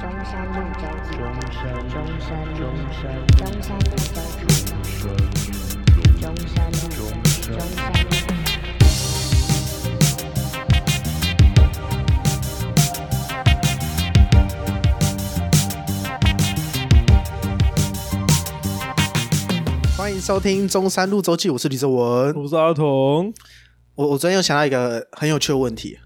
中山路中中山路中山路中山路中山路中中山路中山路。欢迎收听中山路周记，我是李哲文。我是阿童。我我昨天有想到一个很有趣的问题，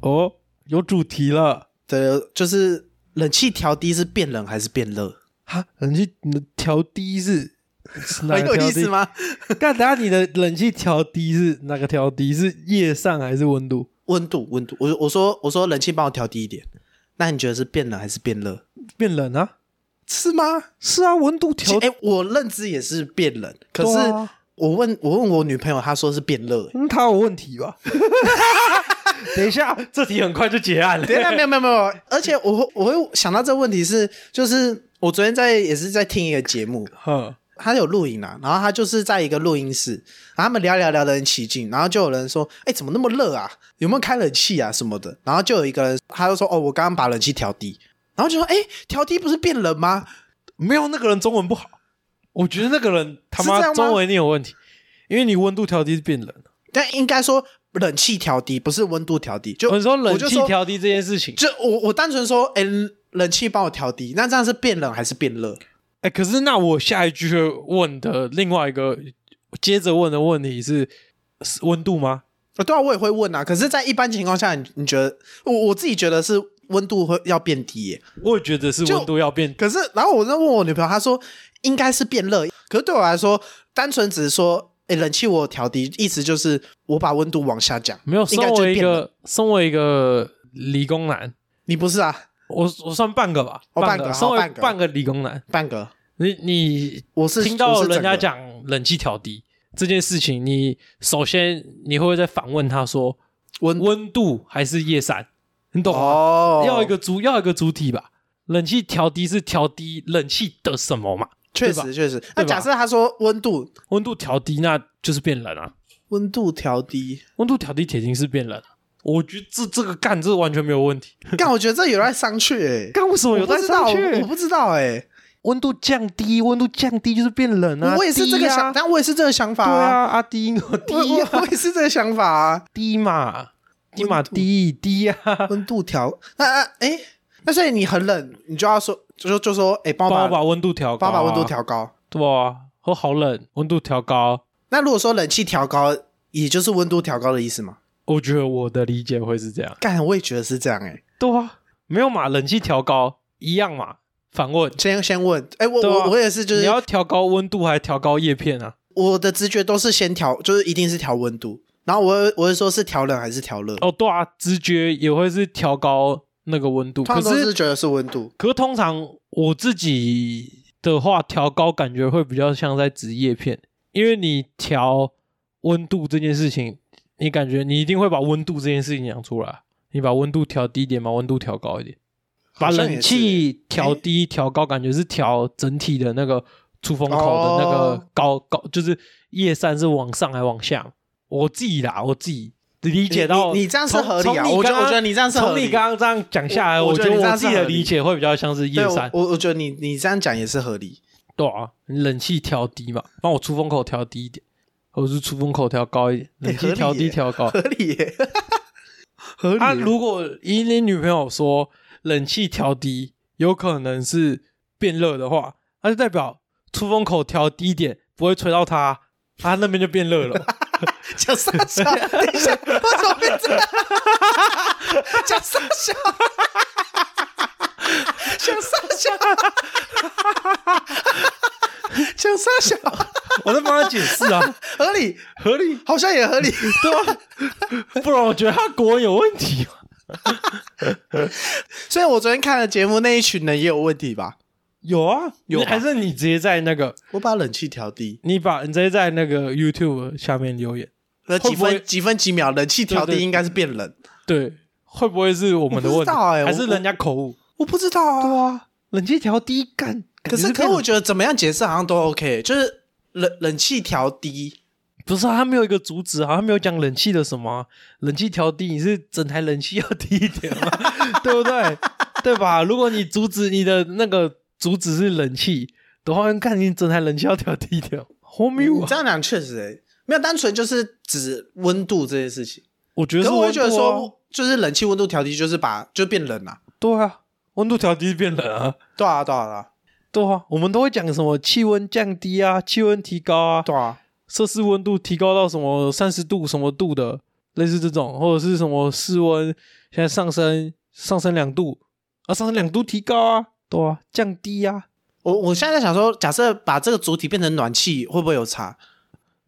哦，有主题了对，就是冷气调低是变冷还是变热？哈！冷气调低 是是哪很个有调意低思？吗？干，等下你的冷气调低是哪个调低？是夜上还是温度？温度，温度，我我说我说冷气帮我调低一点，那你觉得是变冷还是变热？变冷啊？是吗？是啊，温度其调哎、我认知也是变冷，可对是啊我问我问我女朋友，她说是变热、欸。嗯，他有问题吧？ 等一下，这题很快就结案了。等一 下，没有没有没有，而且我会我会想到这个问题是，就是我昨天在也是在听一个节目，哼，他有录影啊，然后他就是在一个录音室，然后他们聊聊聊得很起劲，然后就有人说：“哎，怎么那么热啊？有没有开冷气啊什么的？”然后就有一个人，他就说：“哦，我刚刚把冷气调低。”然后就说：“哎，调低不是变冷吗没有那个人中文不好，我觉得那个人他是这样妈吗中文一定有问题，因为你温度调低是变冷。？”但应该说冷气调低，不是温度调低。就我说冷我就气说，调低这件事情，就我我单纯说：“哎，冷气帮我调低。”那这样是变冷还是变热？哎、可是那我下一句会问的另外一个接着问的问题是是温度吗？啊，对啊，我也会问啊。可是，在一般情况下，你你觉得我我自己觉得是温度会要变低耶、我也觉得是就温度要变，可是，然后我在问我女朋友，她说应该是变热。可是对我来说，单纯只是说，哎、冷气我有调低，意思就是我把温度往下降。没有。应该身就是为一变冷。个身为一个理工男，你不是啊，我我算半个吧，哦半半个身好为半个半个理工男，半个，你你我是听到我是整人个家讲冷气调低这件事情，你首先你会不会再反问他说温温度还是夜散？你懂吗？哦，要一个主要一个主体吧。冷气调低是调低冷气的什么嘛？确对吧实确实。那对吧假设她说温度温度调低，那就是变冷啊。温度调 低，温度调低，铁定是变冷啊、我觉得这这个干这完全没有问题。但我觉得这有待商榷、欸。干为什么有我不待知道，上我去我？不知道哎、温度降低，温度降低就是变冷啊。我也是这低个啊想，但我也是这个想法对啊，阿低我低 我啊我也是这个想法啊。低嘛，低嘛温度低低啊，温度调，那啊哎，那所以你很冷，你就要说，就说就说，哎、帮帮我我把把温度调高、帮啊，我把温度调高。对啊，我好冷，温度调高。那如果说冷气调高，也就是温度调高的意思嘛？我觉得我的理解会是这样，干，我也觉得是这样哎、对啊，没有嘛，冷气调高一样嘛。反问，先先问，哎、我、对啊我我也是，就你是要调高温度还是调高叶片啊？我的直觉都是先调，就是一定是调温度，然后我会我会说是调冷还是调热，哦，对啊，直觉也会是调高那个温度，通可常都是是觉得是温度。可是通常我自己的话，调高感觉会比较像在指叶片，因为你调温度这件事情，你感觉你一定会把温度这件事情讲出来，啊你把温度调低一点，把温度调高一点，把好像冷也是欸气调低、调高，感觉是调整体的那个出风口的那个哦高、高，就是叶扇是往上还往下？我自己啦，我自己理解到你你你这样是从合理啊从你我觉得刚刚我觉得你这样是合从你理刚刚这样讲下来，我我我觉觉得得你这我样自是己的合理理解会比较像是对，叶我扇，我我觉得你你这样讲也是合理。对啊，冷气调低嘛，帮我出风口调低一点，或者是出风口调高一点，哎冷气调合理低耶 调高合。理耶，合理耶。哦啊，如果以你女朋友说冷气调低有可能是变热的话，那就代表出风口调低一点不会吹到她，她那边就变 热了。讲傻笑，等一下，为什么变 这样？讲傻笑，讲傻笑，讲傻笑，我在帮她解释啊， 合理，合理好像也合理，对吧、不然我觉得她国文有问题。所以我昨天看了节目，那一群人也有问题吧？有啊，有啊还是你直接在那个，我把冷气调低，你把你直接在那个 YouTube 下面留言，那几会不会分几分几秒，冷气调对低对应该是变冷，对，会不会是我们的我不知问题，道欸还我是人家口误？我不知道啊。啊，冷气调低干，可是，可是我觉得怎么样解释好像都 OK，就是冷冷气调低，不是啊，他没有一个主旨啊，他没有讲 冷气的什么啊、冷气调低，你是整台冷气要低一点嘛，对不对？对吧？如果你阻止你的那个阻止是冷气的话，看你整台冷气要调低调，荒谬你啊这！样讲确实、欸，没有单纯就是指温度这件事情。我觉可得是我会温觉得度啊，说，就是冷气温度调低，就是把就变冷了、对啊，温度调低变冷啊，对啊，对啊，对啊，对啊，我们都会讲什么气温降低啊，气温提高啊，对啊，摄氏温度提高到什么三十度什么度的，类似这种，或者是什么室温现在上升上升两度啊，上升两度提高啊，对啊，降低啊，我我现在在想说，假设把这个主体变成暖气，会不会有差？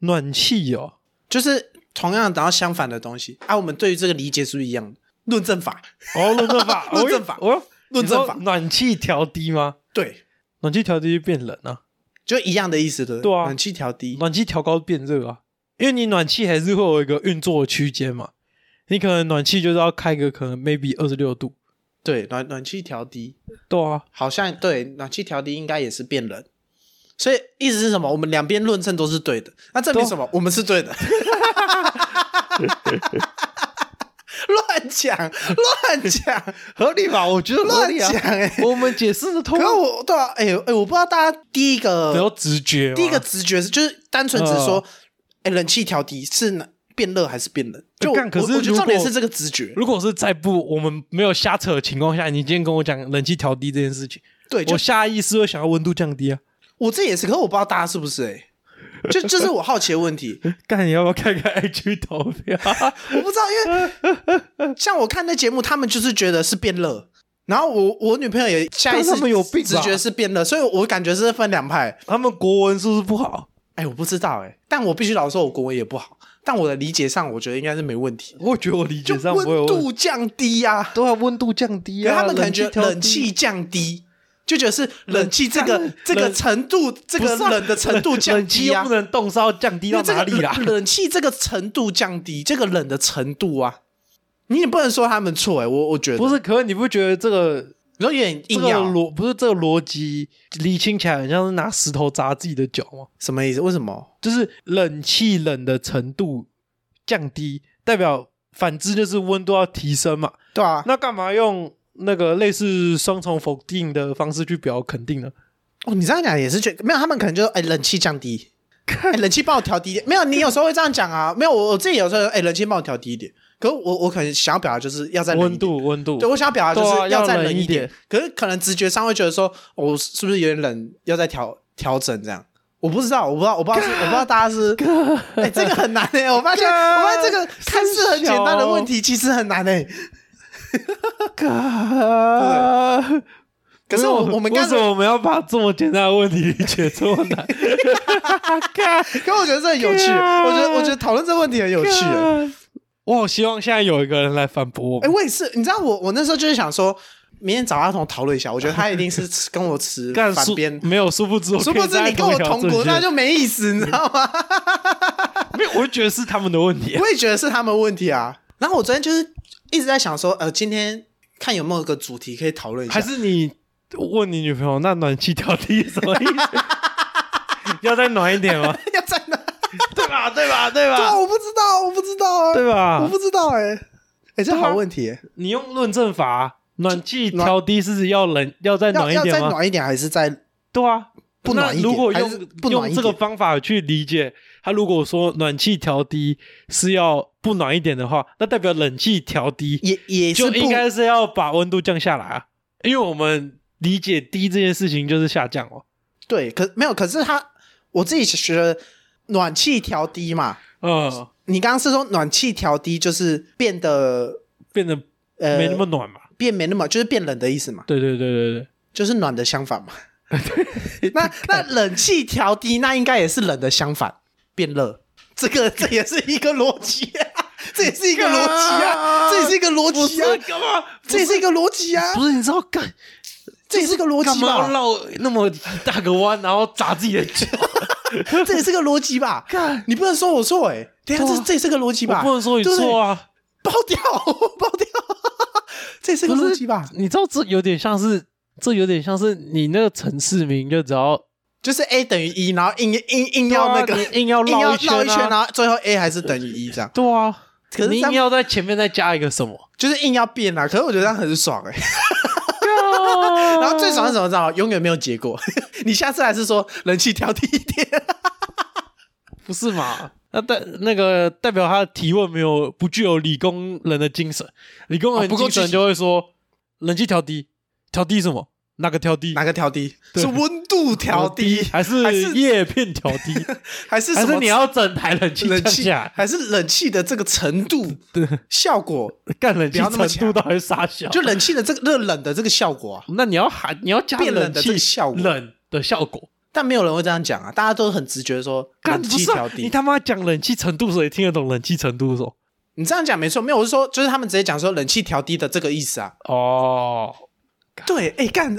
暖气哦，就是同样然后相反的东西啊，我们对于这个理解是不是一样的？论证法，，哦，论证法论证法哦哟，论证你法说，暖气调低吗？对，暖气调低就变冷啊，就一样的意思的。对啊暖气调低，暖气调高变热啊，因为你暖气还是会有一个运作的区间嘛，你可能暖气就是要开个可能 maybe 二十六度，对，暖暖气调低，对啊，好像对，暖气调低应该也是变冷。所以意思是什么？我们两边论证都是对的，那证明什么？我们是对的。 乱讲，乱讲，合理吧？我觉得合乱理啊讲哎、我们解释的通可，是我对啊，哎、哎、我不知道大家第一只要啊嗯个直觉嘛，第一个直觉是，就是单纯只是说，哎、冷气调低是哪变热还是变冷？就我欸干可是我我觉如得果重点是这个直觉，如果是在不我们没有瞎扯的情况下，你今天跟我讲冷气调低这件事情，对，就我下意识会想要温度降低啊。我这也是，可是我不知道大家是不是哎、就就是我好奇的问题， 干，你要不要看看 IG 投票？我不知道，因为像我看那节目，他们就是觉得是变热，然后我我女朋友也下意识但他们有病吧直觉是变热，所以我感觉是分两派。 他们国文是不是不好？哎，我不知道哎、但我必须老实说，我国文也不好，但我的理解上，我觉得应该是没问题。我觉得我理就解上不会有温问度降低呀、啊，对啊，温度降低可啊，他们可能觉得冷冷气气降低，就觉得是冷气这个冷这个冷程度，这调低个不是啊冷的程度降冷气低又啊不。能冻是要降低因到为这个哪里啊啦？冷冷气这个程度降低，这个冷的程度啊，你也不能说他们错哎、我我觉得 不是，可是你不觉得这个你说有点这硬个要啊逻不是这个逻辑理清起来，很像是拿石头砸自己的脚吗？什么意思？为什么？就是冷气冷的程度降低，代表反之就是温度要提升嘛。对啊，那干嘛用那个类似双重否定的方式去表肯定呢？哦，你这样讲也是觉得没有，他们可能就哎、冷气降低，哎、冷气帮我调低一点。没有，你有时候会这样讲啊，没有我我自己有时候哎、冷气帮我调低一点，可是我我可能想要表达就是要再冷一点温，度，温度，对我想要表达就对啊是要再冷一一点可是可能直觉上会觉得说哦我是不是有点冷，要再调调整这样。我不知道，我不知道，我不知道是，我不知道大家是，哎、这个很难哎、我发现，干我发现这个看似很简单的问题，其实很难哎、嘎。呃可是我我们为刚什么我们要把这么简单的问题理解这 么难？嘎可我觉得这很有趣，干我觉得我觉得讨论这个问题很有趣。哎、嘎啊我好希望现在有一个人来反驳我们。我也是，你知道我我那时候就是想说，明天找阿童讨论一下，我觉得他一定是吃跟我持 干反殊边。没有，殊不知我殊可以不知站在你跟我一条同阵国，线那就没意思，你知道吗？没有，我就觉得是他们的问题啊。我也觉得是他们问题啊。然后我昨天就是一直在想说，呃，今天看有没有个主题可以讨论一下 还。是你问你女朋友，那暖气调低什么意思？要再暖 一点吗？要在哪？对吧？对吧？对对啊，？我不知道，我不知道啊，对我吧不？知道哎、哎、这对啊好问题、欸，你用论证法，暖气调低是要冷，要再要暖一要点再吗？暖一点，还是再对啊，不暖一点那如果还是用不暖一用点这个方法去理解，他如果说暖气调低是要不暖一点的话，那代表冷气调低也也是就不应该是要把温度降下来啊，因为我们理解低这件事情就是下降哦。对，可没有，可是他我自己觉得暖气调低嘛，嗯，你刚刚是说暖气调低就是变得变得呃没那么暖嘛。变没那么就是变冷的意思嘛，对对对对就是暖的相反嘛。啊那那冷气调低，那应该也是冷的相反，变热。这个这也是一个逻辑啊，这也是一个逻辑啊，干这也是一个逻对，辑啊，干嘛？这也是一个逻辑啊，不是你知道干这也是一个逻干辑嘛要吧，绕那么一大个弯，然后砸自己的脚？这也是个逻辑吧。 干，你不能说我错哎，等一下对啊这这也是个逻辑吧，我不能说你对对错啊，爆掉，爆掉， 这也是个不逻是辑吧？你知道这有点像是，这有点像是你那个城市名，就只要就是 a 等于一，然后硬硬硬要那个对啊你硬要硬绕要一圈啊绕一圈，然后最后 a 还是等于一这样，对啊，可是这你一样 定要在前面再加一个什么？就是硬要变啊。可是我觉得这样很爽哎，欸后怎么知道？永远没有结果。 你下次还是说人气调低一点。不是嘛？那代那个代表他的提问没有不具有理工人的精神，理工人哦不够精神积极就会说冷气调低，调低什么？ 哪个调低？哪个调低？对是温度调低，还还是是叶片调低？还是什还 是么？你要整台冷气冷降气，下？还是冷气的这个程度对，哦效果？干冷不气要那么程度强到底是啥小？就冷气的这个热冷的这个效果啊？那你要喊，你要加变冷冷的气这个效果冷的效果。但没有人会这样讲啊，大家都很直觉地说干冷不气是啊、调低。你他妈讲冷气程度，谁听得懂冷气程度是什么？你这样讲没错，没有，我是说，就是他们直接讲说冷气调低的这个意思啊。 哦，对，哎、干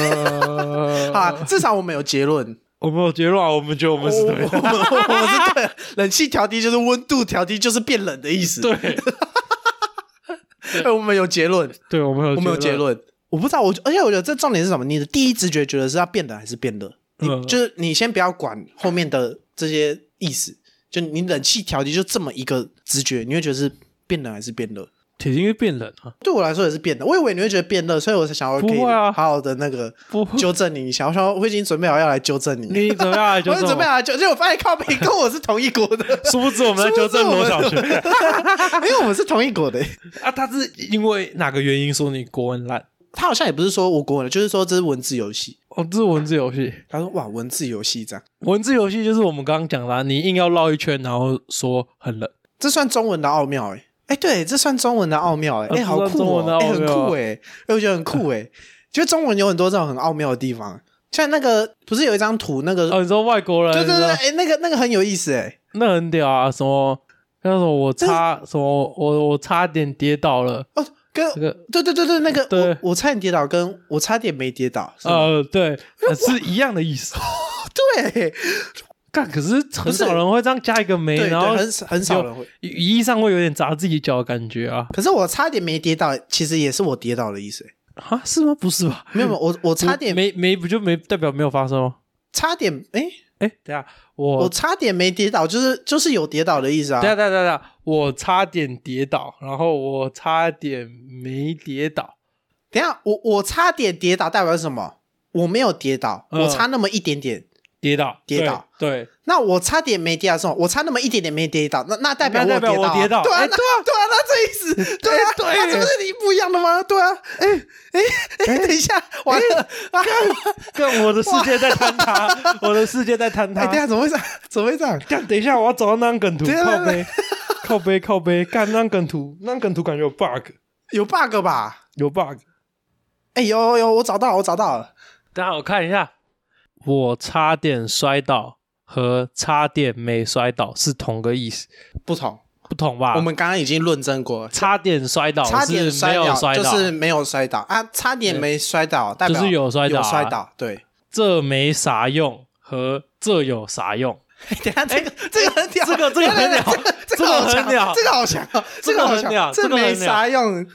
啊啊，，至少我们有结论，我们有结论啊，我们觉 得我我们是对我们的。我们是对的，冷气调低就是温度调低，就是变冷的意思。 对，哎，我们有结论， 对，我们有我们有结，论。我不知道，我而且我觉得这重点是什么？你的第一直觉觉得是要变冷还是变热？你嗯就是你先不要管后面的这些意思，就你冷气调低就这么一个直觉，你会觉得是变冷还是变热？铁定会变冷啊，对我来说也是变的，我以为你会觉得变热，所以我才想要可以不会啊好好的那个不 会 纠正你一下。我想说我已经准备好要来纠正你，你怎么样来纠我已经正我？准备好来纠，结果发现靠北跟我是同一国的，殊不知我们在纠正罗小是不 学 因为我们是同一国的。啊，他是因为哪个原因说你国文烂？他好像也不是说我国文的，就是说这是文字游戏。哦，这是文字游戏，他说哇，文字游戏这样，文字游戏就是我们刚刚讲的、啊，你硬要绕一圈，然后说很冷。这算中文的奥妙哎、欸。哎、对，这算中文的奥妙哎、欸，哎、啊好这算酷中哦、文的奥哎、妙很酷哎、欸，哎我觉得很酷哎、欸，就中文有很多这种很奥妙的地方，像那个不是有一张图，那个、哦，你说外国人？对对你知对，道哎、那个那个很有意思哎、欸，那很屌啊！什么？那什么？我差什么？我我差点跌倒了。哦，跟这个对对对对，那个对我我差点跌倒，跟我差点没跌倒，是吗？呃，对，呃是一样的意思。 对干，可是很不是少人会这样加一个没，对，然后对很少很少人会。语语义上会有点砸自己脚的感觉啊。可是我差点没跌倒，其实也是我跌倒的意思欸。啊，是吗？不是吧？没有，没有我我 差点没没不就没代表没有发生吗？差点哎、哎，等一下我我差点没跌倒，就是就是有跌倒的意思啊等一。下等一下等一下，我差点跌倒，然后我差点没跌倒。等一下我我差点跌倒代表是什么？我没有跌倒，嗯我差那么一点点。跌倒，跌倒对，对，那我差点没跌倒是什么？我差那么一点点没跌倒，那那代表那代表我我跌跌倒倒啊对啊，哎那对啊，那这意思，对啊，对那这不是不一样的吗？对啊，哎哎哎，等一下，完了啊！跟我的世界在坍塌，我的世界在坍 哎，塌等一。下怎么会这样？怎么会这样？干，等一下，我要找到那张梗图，对啊靠背，靠背，靠背，干那张梗图，那张梗图感觉有 bug，有 bug 吧？有 bug。哎，有有有，我找到了，我找到了。等下我看一下，我差点摔倒和差点没摔倒是同个意思，不同，不同吧？我们刚刚已经论证过了，差点摔倒，差点没摔有倒摔就倒，是没有摔倒啊，差点没摔倒，代表就是有摔倒啊有摔倒。对，这没啥用和这有啥用？哎等一下这个这个很屌，这个这个很等一下屌 这个这个好这个很屌强，这个好强哦，这这个好强，个很屌这个很没屌啥用，跟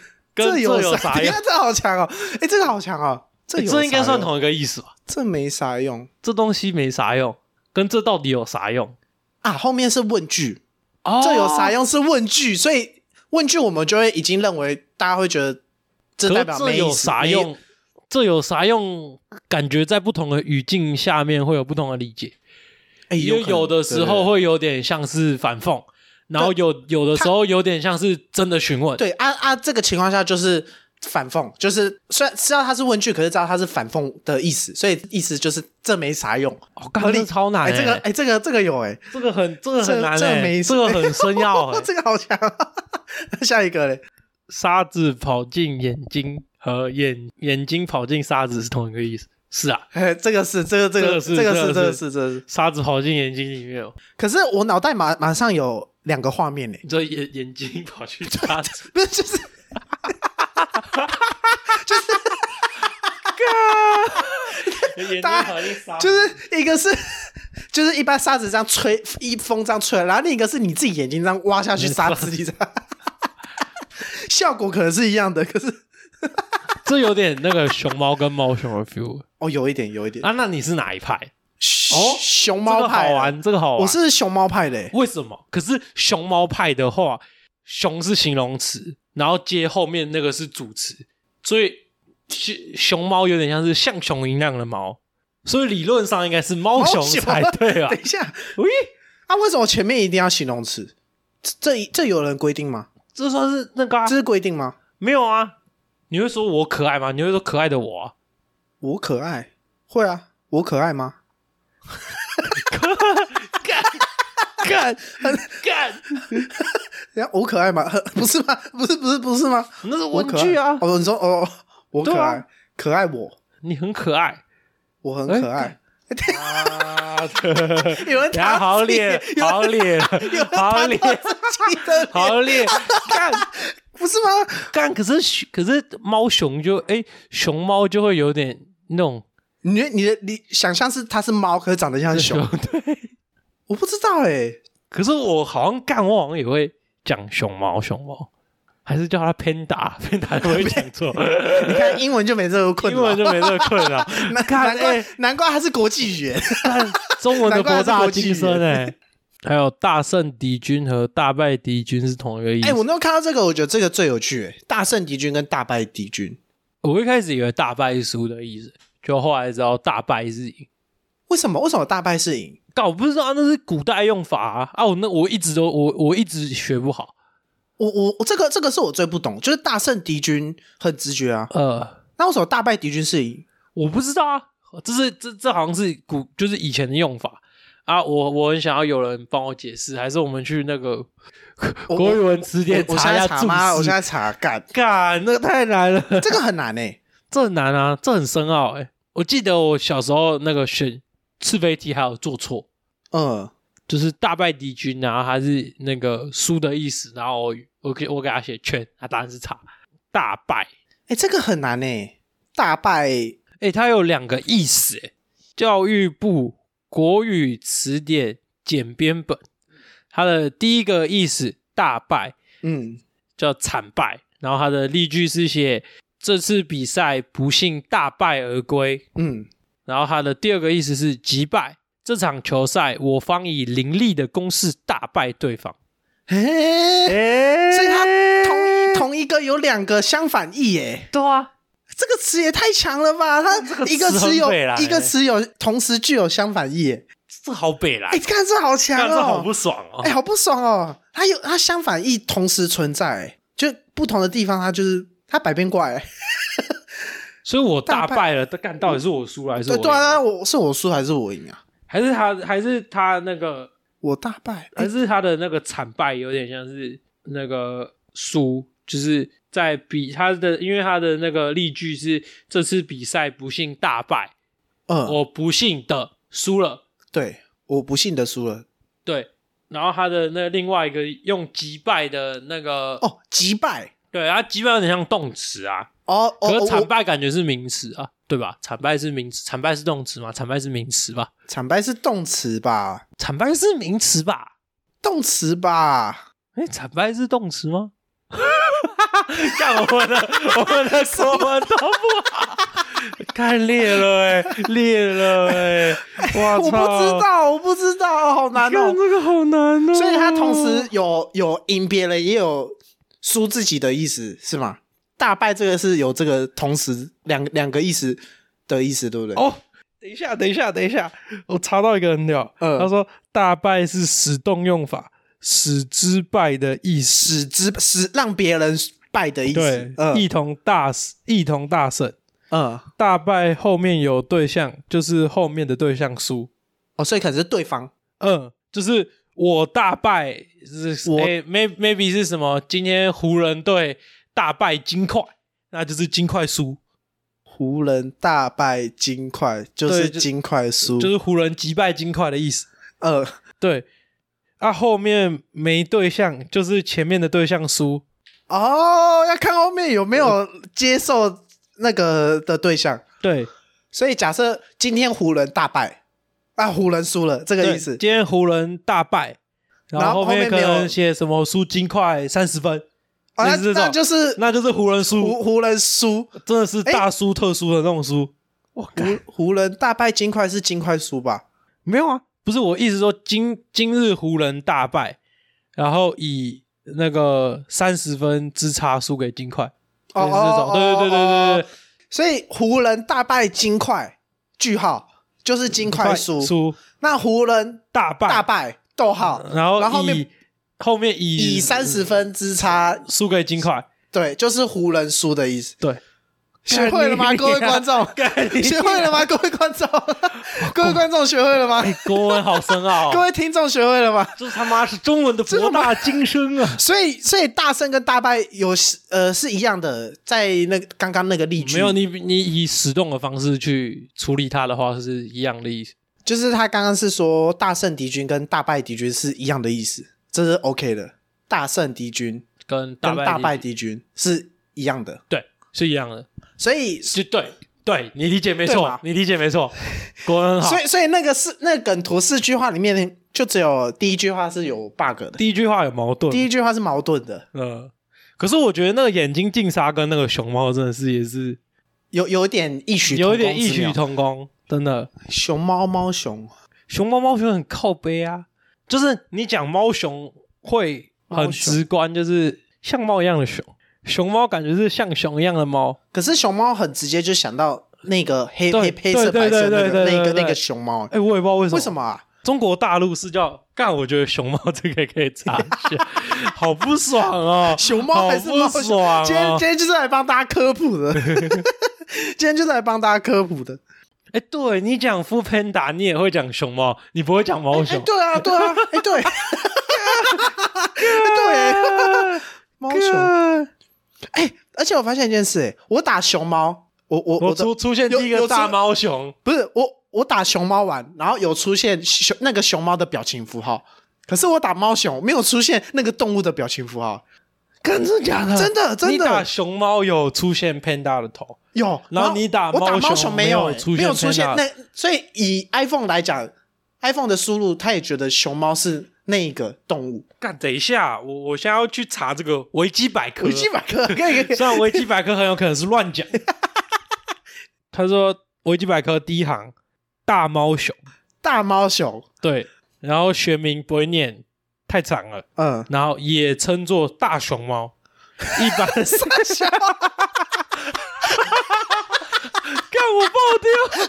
这有这有啥 啥？等一下用哎这好强哦，哎，这个好强哦，这有欸这应该啥算用，同一个意思吧？这没啥用这东西没啥用，跟这到底有啥用？啊。后面是问句，哦这有啥？用是问句，所以问句我们就会已经认为大家会觉得这代可表这没有意思啥？没用？这有啥用？感觉在不同的语境下面会有不同的理解，哎，因为可能有的对时候。对对会有点像是反讽，然后有有的时候有点像是真的询问。对啊啊，这个情况下就是反讽，就是虽然知道它是问句，可是知道它是反讽的意思，所以意思就是这没啥用。哦，干合理这超难哎、欸，这个哎、这个这个有哎、这个很这个很这难这欸，没这个很深奥 欸。这个好强。下一个嘞，沙子跑进眼睛和眼眼睛跑进沙子是同一个意思。是啊，哎，这个是这个这个这个是这个这个是这个是是这个是。沙子跑进眼睛里面哦，可是我脑袋马马上有两个画面嘞，你说眼眼睛跑去沙子，不是就是哦眼 睛大跑进沙子，就是一个是。就是一般沙子这样吹，一风这样吹，然后另一个是你自己眼睛这样挖下去沙子里这样， 效果可能是一样的，可是这有点那个熊猫跟猫熊的 feel 哦，有一点，有一点。啊。那你是哪一派？哦，熊猫派这个好的玩，这个好玩。我是熊猫派的欸。为什么？可是熊猫派的话，熊是形容词，然后接后面那个是主词，所以熊熊猫有点像是像熊一样的毛，所以理论上应该是猫熊才猫熊对啊等。一下，喂，啊，为什么前面一定要形容词？这这这有人规定吗？这算是那个、啊、这是规定吗？没有啊？你会说我可爱吗？你会说可爱的我、啊？我可爱，会啊，我可爱吗？干干，人家我可爱吗？ 呵不是吗？不是不是不是吗？那是我文可具啊爱！哦，你说哦，我可对啊爱，可爱我，你很可爱。我很可爱。啊！有人然后好脸，好脸，好脸，记得好脸，干不是吗？干！可是熊可是猫熊就哎、熊猫就会有点那种你觉得你的你想象是它是猫，可是长得像熊， 对。我不知道哎、可是我好像干，我好像也会讲熊猫，熊猫还是叫它 panda，panda 不会讲错， 你看英文就没这个困英文难，就没这个困扰。 难看难怪、哎难怪它是国际 语言。但中文的博大精深难哎、 还有大胜敌军和大败敌军是同一个意思。哎、我那时候看到这个，我觉得这个最有趣、欸，大胜敌军跟大败敌军，我一开始以为大败是输的意思，就后来知道大败是赢。为什么？为什么大败是赢？但我不知道啊那是古代用法啊！啊，我那我一直都我我一直学不好。我我我这个这个是我最不懂，就是大胜敌军很直觉啊，呃，那为什么大败敌军是赢？我不知道啊，这是这这好像是古就是以前的用法啊。我我很想要有人帮我解释，还是我们去那个我国语文词典我我现一在下查注吗？释？我现在查，干，干，那个太难了，这个很难欸诶、这很难啊，这很深奥哎、我记得我小时候那个选是非题还有做错，嗯，就是大败敌军，然后还是那个输的意思，然后我我给我给他写圈，他答案是叉，大败。哎、这个很难诶、欸大败哎、它有两个意思、欸，教育部国语词典简编本，它的第一个意思大败嗯，叫惨败，然后它的例句是写这次比赛不幸大败而归，嗯，然后它的第二个意思是击败，这场球赛我方以凌厉的攻势大败对方。 诶、哎所以它同一同一个有两个相反义欸耶、对啊，这个词也太强了吧！它个词一个词有很北啦哎一个词有同时具有相反义耶，这好北来哎，，看这好强干这好哦不，爽哦哎，。好不爽哦！它有它相反义同时存在耶，就不同的地方它就是它百变怪耶。所以我大大败败了，干到底是我输了还是对我赢对啊，了？那我是我输还是我赢啊？还是他还是他那个我大败，哎还是他的那个惨败有点像是那个输，就是在比他的，因为他的那个例句是这次比赛不幸大败，嗯，我不幸的输了，对，我不幸的输了。对。然后他的那另外一个用击败的那个，哦，击败，对，他击败有点像动词啊，哦哦，可是哦惨我败感觉是名词啊，对吧？惨败是名词，惨败是动词吗？惨败是名词吧？惨败是动词吧？惨败是名词吧？动词吧？哎，惨败是动词吗？ 看我们的，我们 的国文都不好，太裂了哎、裂了哎、哇我不知道，我不知道，好难哦。这个好难哦。所以他同时有有赢别人，也有输自己的意思，是吗？大败这个是有这个同时两两个意思的意思，对不对？哦，等一下，等一下，等一下，我查到一个很屌，嗯他说大败是使动用法，使之败的意思，使之使让别人败的意对思，，嗯一同大一同大胜。嗯，大败后面有对象，就是后面的对象输。哦，所以可能是对方嗯，就是我大败是我诶 may maybe 是什么？今天湖人队大败金块，那就是金块输，湖人大败金块，就对是就金块输，就是湖人击败金块的意思。呃，对，啊，后面没对象，就是前面的对象输。哦，要看后面有没有接受那个的对象。对，所以假设今天湖人大败，啊，湖人输了，这个对意思。今天湖人大败，然然后后后面面可没有能写什么输金块三十分，哦，那类似这那种就是那就是湖湖哎人输，湖人输，真的是大输特输的那种输。湖湖人大败金块是金块输吧？没有啊，不是我意思说今今日湖人大败，然后以那个三十分之差输给金块，哦类似这种，哦对对对对对对哦哦对，所以湖人大败金块，句号就是金块输。输那湖人大败，大败，逗号，然后然后后面以后面以以三十分之差，输给金块，对，就是湖人输的意 思。对，学会了吗，干你各位观众？干 你学会了吗，各位观 众？各位观众学会了吗？国哎文好深奥、啊各位听众学会了吗？这他妈是中文的博大精深啊！所以，所以大胜跟大败有呃是一样的，在那个刚刚那个例句，没有你，你以使动的方式去处理它的话，是一样的意思。就是他刚刚是说大胜敌军跟大败敌军是一样的意思，这是 OK 的。大胜敌军跟大跟败大败理敌军是一样的，对是一样的，所以就对对，你理解没对错吧，你理解没错，国文好所。以所以那个是那个梗图四句话里面就只有第一句话是有 bug 的，第一句话有矛盾，第一句话是矛盾的，呃，可是我觉得那个眼睛净沙跟那个熊猫真的是也是有有点异曲同有工一点异之曲妙同工，真的。熊猫猫熊熊猫猫熊很靠背啊，就是你讲猫熊会很猫熊直观，就是像猫一样的熊，熊猫感觉是像熊一样的猫，可是熊猫很直接就想到那个黑对黑黑色对白对色那对对个那对个对那个熊猫哎、，我也不知道为什么。为什么啊？中国大陆是叫干？我觉得熊猫这个可以查一下， 好不爽哦！熊猫还是猫好不爽哦熊？今天今天就是来帮大家科普 的，今天就是来帮大家科普的。哎、对你讲 f o o Panda，你也会讲熊猫，你不会讲猫哎，熊。对啊，对啊，哎，对， 哎对， 对，猫熊。哎，而且我发现一件事，哎，我打熊猫，我我我的出出现有第一有出个大猫熊，不是我我打熊猫玩，然后有出现熊那个熊猫的表情符号，可是我打猫熊没有出现那个动物的表情符号，真的假的真的真你打的熊猫有出现 Panda 的头，有。然后你打我打猫熊猫熊没没有欸出现没有出现 panda 那，所以以 iPhone 来讲，iPhone 的输入，他也觉得熊猫是那一个动物。干，等一下，我我现在要去查这个维基百科。维基 百科可以可以，虽然维基百科很有可能是乱 讲。他说维基百科第一行大猫熊，大猫熊，对，然后学名不会念，太长了，，嗯然后也称作大熊猫。一般干大熊我爆掉，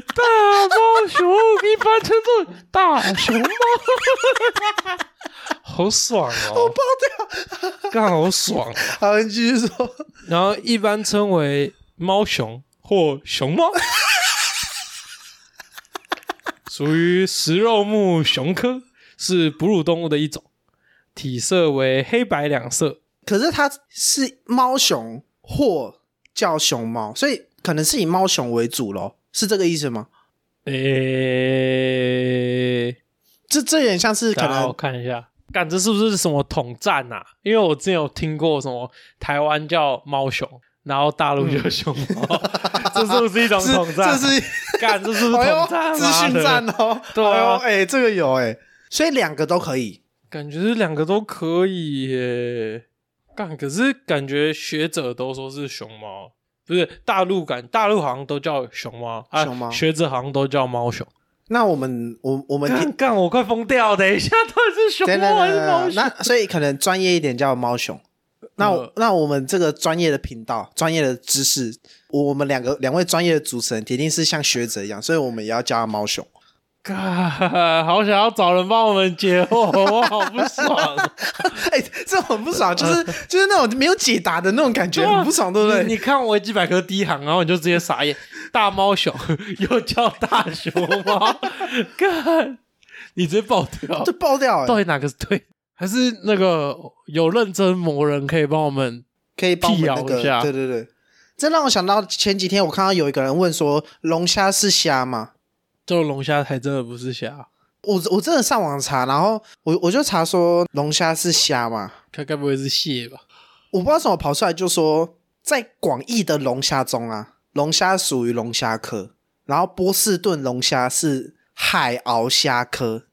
大猫熊一般称作大熊猫，好爽哦！干好爽哦！好，你继续说。然后一般称为猫熊或熊 猫，属于食肉目熊科，是哺乳动物的一种，体色为黑白两色。可是它是猫熊或叫熊猫，所以可能是以猫熊为主咯，是这个意思吗？诶、这这有点像是可大家我能看一下，干这是不是什么统战啊？因为我之前有听过什么台湾叫猫熊，然后大陆叫熊猫， 这是不是一种是统战嗯 这啊？是干这是不是统哎呦战啊？资讯妈的战哦，对啊哎呦哎，这个有哎，所以两个都可以。感觉这两个都可以耶，干可是感觉学者都说是熊猫，不是大陆感，大陆好像都叫熊猫啊，熊猫学者好像都叫猫熊。那我们我我们干干，我快疯掉！等一下，到底是 熊等等猫还是猫等等，熊？啊那所以可能专业一点叫猫熊。那我、嗯那我们这个专业的频道、专业的知识，我我们两个两位专业的主持人，铁定是像学者一样，所以我们也要叫他猫熊。干，好想要找人帮我们解惑，我好不爽。哎、这很不爽，就是、 就是那种没有解答的那种感觉，啊很不爽，对不对？你你看维基百科第一行，然后你就直接傻眼，大猫熊 又叫大熊猫，干，你直接爆掉这。爆掉、到哎，底哪个是对？ 还是那个有认真磨人可以帮我们？可以帮我们辟谣那个一下，对对对。这让我想到前几天我看到有一个人问说，龙虾是虾吗？就龙虾才真的不是虾，我我真的上网查，然后我我就查说龙虾是虾吗？它该不会是蟹吧？我不知道怎么跑出来就说，在广义的龙虾中啊，龙虾属于龙虾科，然后波士顿龙虾是海螯虾科，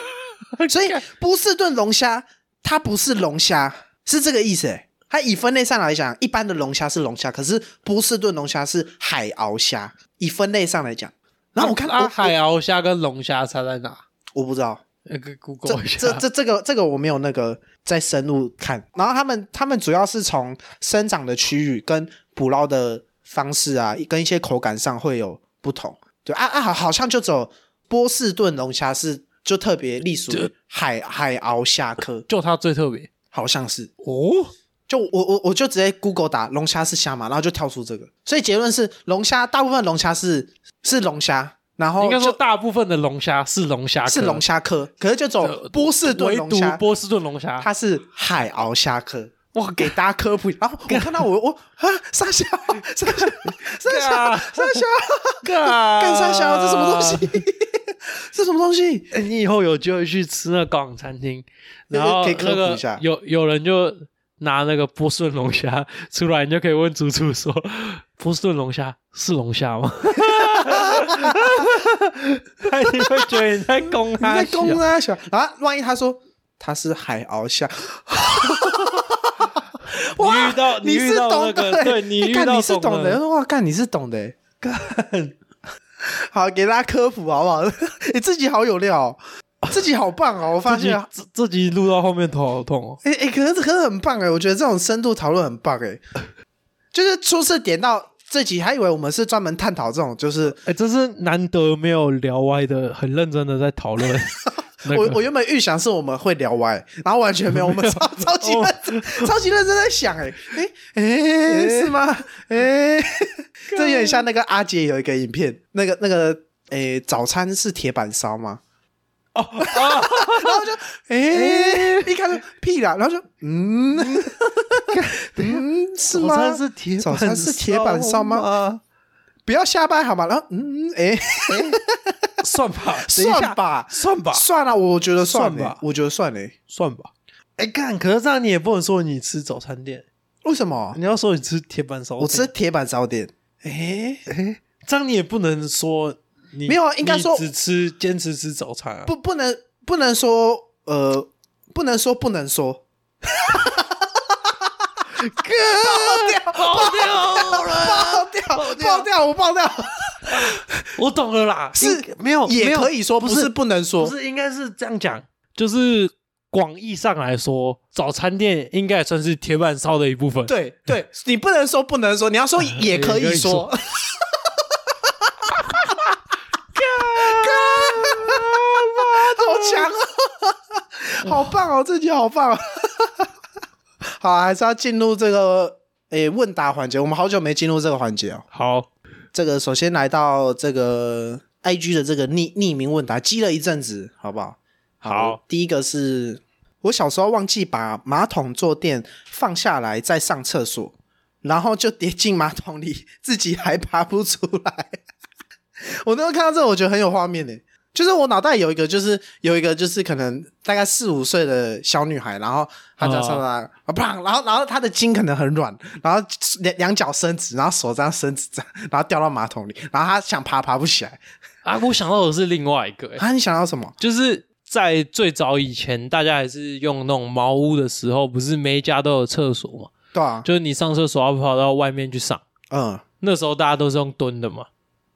所以波士顿龙虾它不是龙虾，是这个意思、欸。它以分类上来讲，一般的龙虾是龙虾，可是波士顿龙虾是海螯虾。以分类上来讲，然后我看啊，我海螯虾跟龙虾差在哪？我不知道，那个 Google 这一下，这这这个这个我没有那个再深入看。然后他们他们主要是从生长的区域跟捕捞的方式啊，跟一些口感上会有不同。对啊啊，好好像就只有波士顿龙虾是就特别隶属于这海海鳌虾科， 就它最特别好像是。哦。就我我我就直接 Google 打龙虾是虾嘛，然后就跳出这个。所以结论是龙虾，大部分龙虾是是龙虾，然后应该说哦就大部分的龙虾是龙虾科，是龙虾科，可是就走呃，波士顿唯龙独虾，波士顿龙虾，它是海鳌虾科。哇，给大家科普。然后我看到我我啊，沙虾，沙 虾，沙虾，干沙虾，干干沙虾，这什么东西？ 这什么东西？欸你以后有机会去吃那港餐厅，然后可以科那普个一下有有人就拿那个波士顿龙虾出来，你就可以问主厨说：“波士顿龙虾是龙虾吗？”他一定会觉得你 在攻你在他小，攻啊，小。然后万一他说他是海鳌虾，啊你遇到你遇是到懂那的个，欸，对你欸遇干到你是懂的，的，哇，干你是懂的欸，干。好，给大家科普好不好？ 你自己好有料哦，自己好棒哦！我发自己现自自己录到后面头好痛哦。哎、欸、哎、可是可是很棒哎、我觉得这种深度讨论很棒哎、就是初次点到这集，还以为我们是专门探讨这种，就是哎、这是难得没有聊歪的，很认真的在讨论 那个。我我原本预想是我们会聊歪，然后完全没有，我们超超级认真，超级认真在想哎哎哎是吗？哎、这有点像那个阿杰有一个影片，那个那个哎、欸早餐是铁板烧吗？ 啊哦，然后就哎、欸一看就屁啦，然后就嗯嗯是吗？早餐是铁早餐是铁板烧吗吗？不要瞎掰好吗？然后嗯，哎、算吧， 等一算下，吧，算吧，算了、我觉得算算吧吧，我觉得算欸嘞、算吧。哎，干！可是这样你也不能说你吃早餐店，为什么？你要说嗯你吃铁板烧店，我吃铁板烧店，哎哎，这样你也不能说你没有啊应该说你只吃坚持吃早餐啊。不不能不能说呃，不能说不能 说，掉，爆掉了！爆掉爆掉我爆掉， 我懂了啦，是应没有也可以说不不是是不能没有，说不，是应该是这样讲，就是广义上来说，早餐店应该也算是铁板烧的一部分。对对，你不能说不能说，你要哎说也可以说， 好强啊！好棒哦，这集好棒、哦！ 好，还是要进入这个诶、问答环节，我们好久没进入这个环节哦。好，这个首先来到这个 IG 的这个匿匿名问答，积了一阵子，好不好？好，第一个是我小时候忘记把马桶坐垫放下来再上厕所，然后就跌进马桶里，自己还爬不出来。我那时候看到这，我觉得很有画面呢、欸就是我脑袋有一个，就是有一个，就是可能大概四五岁的小女孩，然后她在上来，啊砰，然后然后她的筋可能很软，然后两两脚伸直，然后手这样伸直这样，然后掉到马桶里，然后她想爬爬不起来。啊，我想到的是另外一个、欸，啊，你想到什么？就是在最早以前，大家还是用那种茅屋的时候，不是每一家都有厕所嘛？对啊，就是你上厕所要跑到外面去上，嗯那时候大家都是用蹲的嘛。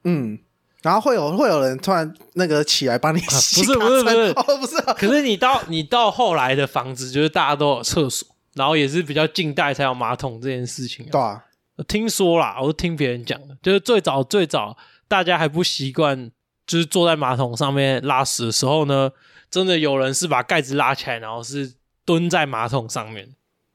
嗯，然后会有会有人突然那个起来帮你洗啊不卡是不层是不是哦不是啊可是你到你到后来的房子，就是大家都有厕所，然后也是比较近代才有马桶这件事情、啊。对啊，我听说啦，我是听别人讲的，就是最早最早大家还不习惯，就是坐在马桶上面拉屎的时候呢，真的有人是把盖子拉起来，然后是蹲在马桶上面。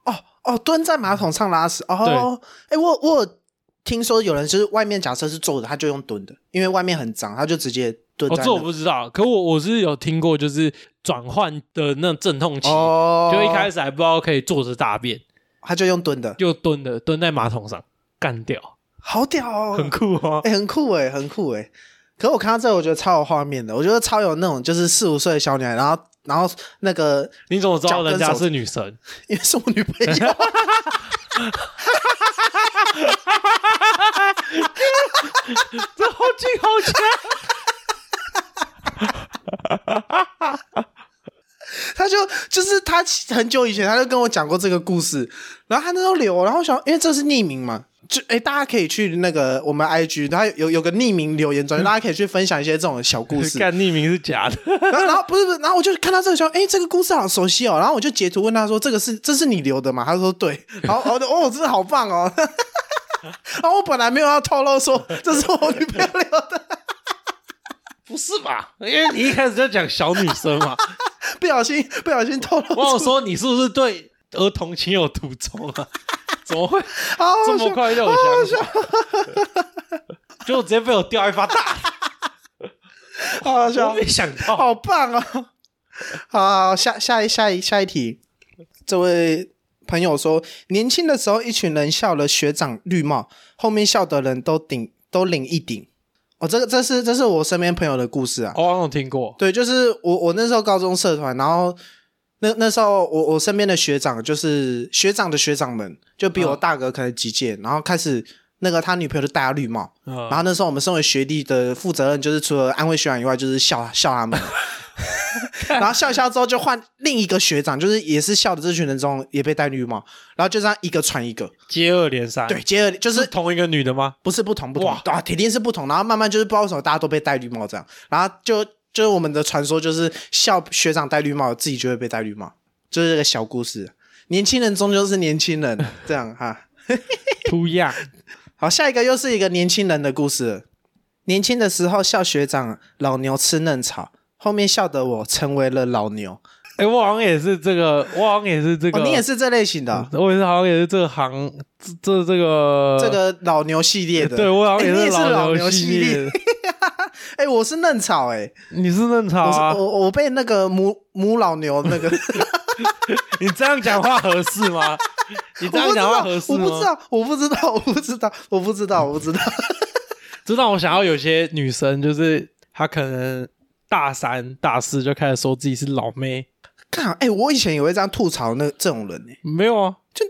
哦哦，蹲在马桶上拉屎哦，哎、我我有听说有人就是外面假设是坐的，他就用蹲的，因为外面很脏，他就直接蹲哦，在这我那不知道，可我我是有听过，就是转换的那阵痛期，哦，就一开始始还不知道可以坐着大便，他就用蹲的，就蹲的蹲在马桶上干掉，好屌哦，很酷哦。哎、很酷哎、很酷哎、可是我看到这个，我觉得超有画面的，我觉得超有那种就是四五岁的小女孩，然后然后那个你怎么知道人脚家跟手是女神？因为是我女朋友，这 好近好 近！她就就是她很久以前她就跟我讲过这个故事，然后她那时候留，然后我想因为这是匿名嘛，就哎、大家可以去那个我们 IG，它有有个匿名留言专区，大家可以去分享一些这种小故事。嗯 干匿名是假的，然后，然后不是不是，然后我就看到这个说，哎、这个故事好熟悉哦。然后我就截图问他说，这个是这是你留的吗？他说 对。然后我就哦，真的好棒哦。 然后我本来没有要透露说这是我女朋友留的， 不是吧？因为你一开始就讲小女生嘛，不小心不小心透露 我想说你是不是对儿童情有独钟啊？ 怎么会好好这么笑快就有想法？ 就直接被我吊一发大，好好笑我没想到。好棒哦！ 好，下下一下一下一题，这位朋友说，年轻的时候一群人笑了学长绿帽，后面笑的人都顶都领一顶。哦，这个这是这是我身边朋友的故事啊。哦，我好像有听过，对，就是我我那时候高中社团，然后那那时候我我身边的学长就是学长的学长们，就比我嗯大个可能几届，然后开始那个他女朋友就戴他绿帽，然嗯，后那时候我们身为学弟的负责任，就是除了安慰学长以外，就是笑笑 他们。然后笑一笑之后，就换另一个学长，就是也是笑的这群人中也被戴绿帽，然后就这样一个传一个，接二连三，对，，接着就是是啊同一个女的吗？不是不同不同哇，啊，铁定是不同。然后慢慢就是不知道为什么大家都被戴绿帽这样，然后就就是我们的传说就是笑学长戴绿帽，自己就会被戴绿帽，就是这个小故事。年轻人终究是年轻人，这样哈。不一样，好，下一个又是一个年轻人的故事了。年轻的时候笑学长老牛吃嫩草，后面笑得我成为了老牛。哎，我好像也是这个，我好像也是这个，哦，你也是这类型的哦、我也是，好像也是这个行，这这这个这个老牛系列的。嗯对我好像哎也你也是老牛系列。列。哎、我是嫩草哎、你是嫩草我是啊？我我被那个母母老牛那个， 你这样讲话合 适吗？你这样讲话合适我吗？不知道，我不知道，我不知道，我不知道，我不知道，我不知 道。这让我想到有些女生，就是她可能大三、大四就开始说自己是老妹，看，哎、我以前也会这样吐槽那这种人哎、没有啊？就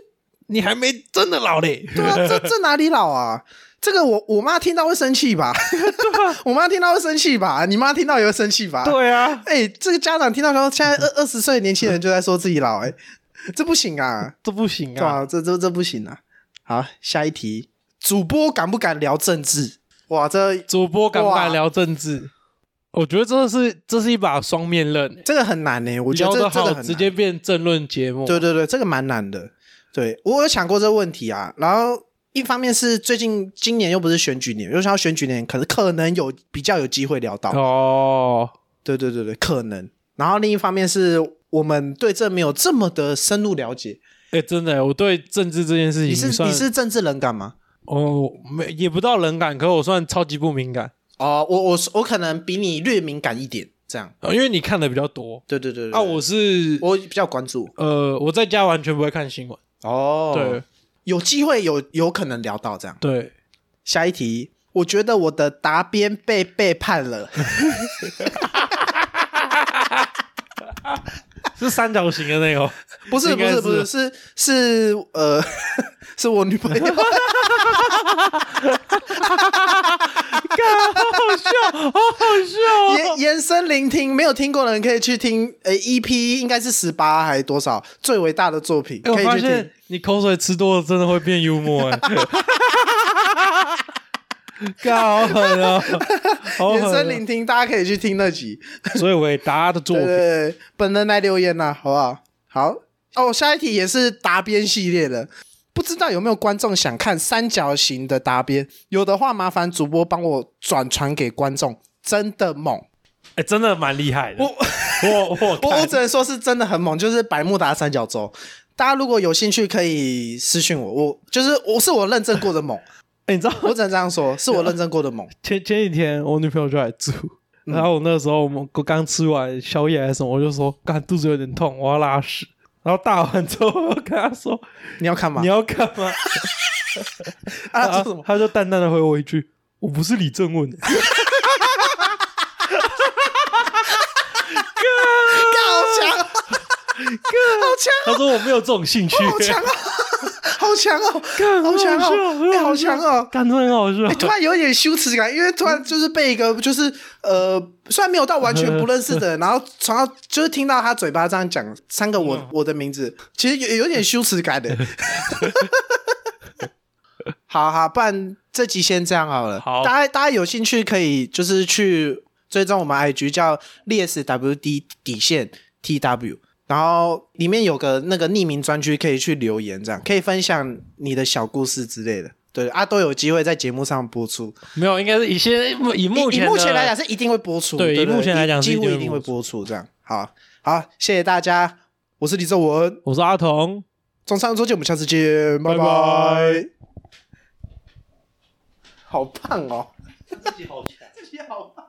你还没真的老嘞。对 啊，这这哪里老啊？这个我我妈听到会生气吧？ 我妈听到会生气吧？你妈听到也会生气吧？，啊对啊，哎、这个家长听到说，现在二二十岁的年轻人就在说自己老、哎，这不行 啊， 这不行对啊！啊？这这这不行啊！好，下一题，主播敢不敢聊政治？哇，这主播敢不哇敢聊政治？我觉得这是这是一把双面刃、欸，这个很难呢、我觉得聊这得这个好很难直接变政论节目。对对对，这个蛮难的。对我有想过这个问题啊，然后一方面是最近今年又不是选举年，又想要选举年，可能可能有比较有机会聊到。哦，对对对对，可能。然后另一方面是我们对这没有这么的深入了解。哎、真的欸、我对政治这件事情你是算你是政治冷感吗？哦，没也不到冷感，可我算超级不敏感，哦，我我我可能比你略敏感一点，这样。呃因为你看的比较多对对对对啊。我是我比较关注。呃，我在家完全不会看新闻。哦对，有机会有有可能聊到这样。对，下一题，我觉得我的答辩被背叛 了。是三角形的 那个。不是应不该是不是是是呃， 是我女朋友。啊延延伸聆听，没有听过的人可以去听，呃，EP 应该是十八还是多少？最伟大的作品、哎、可我发以去听现。你口水吃多了，真的会变幽默哎、 干好狠啊！好延伸狠、聆听，大家可以去听那集。啊！所以伟达的作对对品，对，本人来留言呐、好不好？好哦，下一题也是答辩系列的，不知道有没有观众想看三角形的答辩？有的话，麻烦主播帮我转传给观众，真的猛。哎、真的蛮厉害的。我我我我我看只能说是真的很猛，就是百慕达三角洲。大家如果有兴趣，可以私信我。我就是我是我认证过的猛，哎你知道我只能这样说，是我认证过的猛。前前几天我女朋友就来住，嗯然后我那时候我们刚吃完宵夜还是什么，我就说干肚子有点痛，我要拉屎。然后大完之后，我跟她说你要看吗你？要干嘛？ 啊，她这什么？她就淡淡的回我一句：“我不是李正文。干好强啊，好”她说我没有这种兴趣，强，好强哦，好强哦，干好强哦，哎，好强哦！干真的很好笑哎，。突然有一点羞耻感，因为突然就是被一个就是呃，虽然没有到完全不认识的人，然后传到就是听到他嘴巴这样讲三个我我的名字，其实有有点羞耻感的。好好，不然这集先这样好了。好大家大家有兴趣可以就是去追踪我们 IG 叫 LSWD 底线 TW，然后里面有个那个匿名专区可以去留言，这样可以分享你的小故事之类的。对啊，都有机会在节目上播出。没有，应该是以现以目以前以的目前来讲是一定会播出，对对不对，以目前来讲是几乎一定会一定会播出播出。这样好，好，谢谢大家，我是李正文。我是阿童，中上周见，我们下次见，拜拜拜好胖哦，哦自己好强。这集好胖。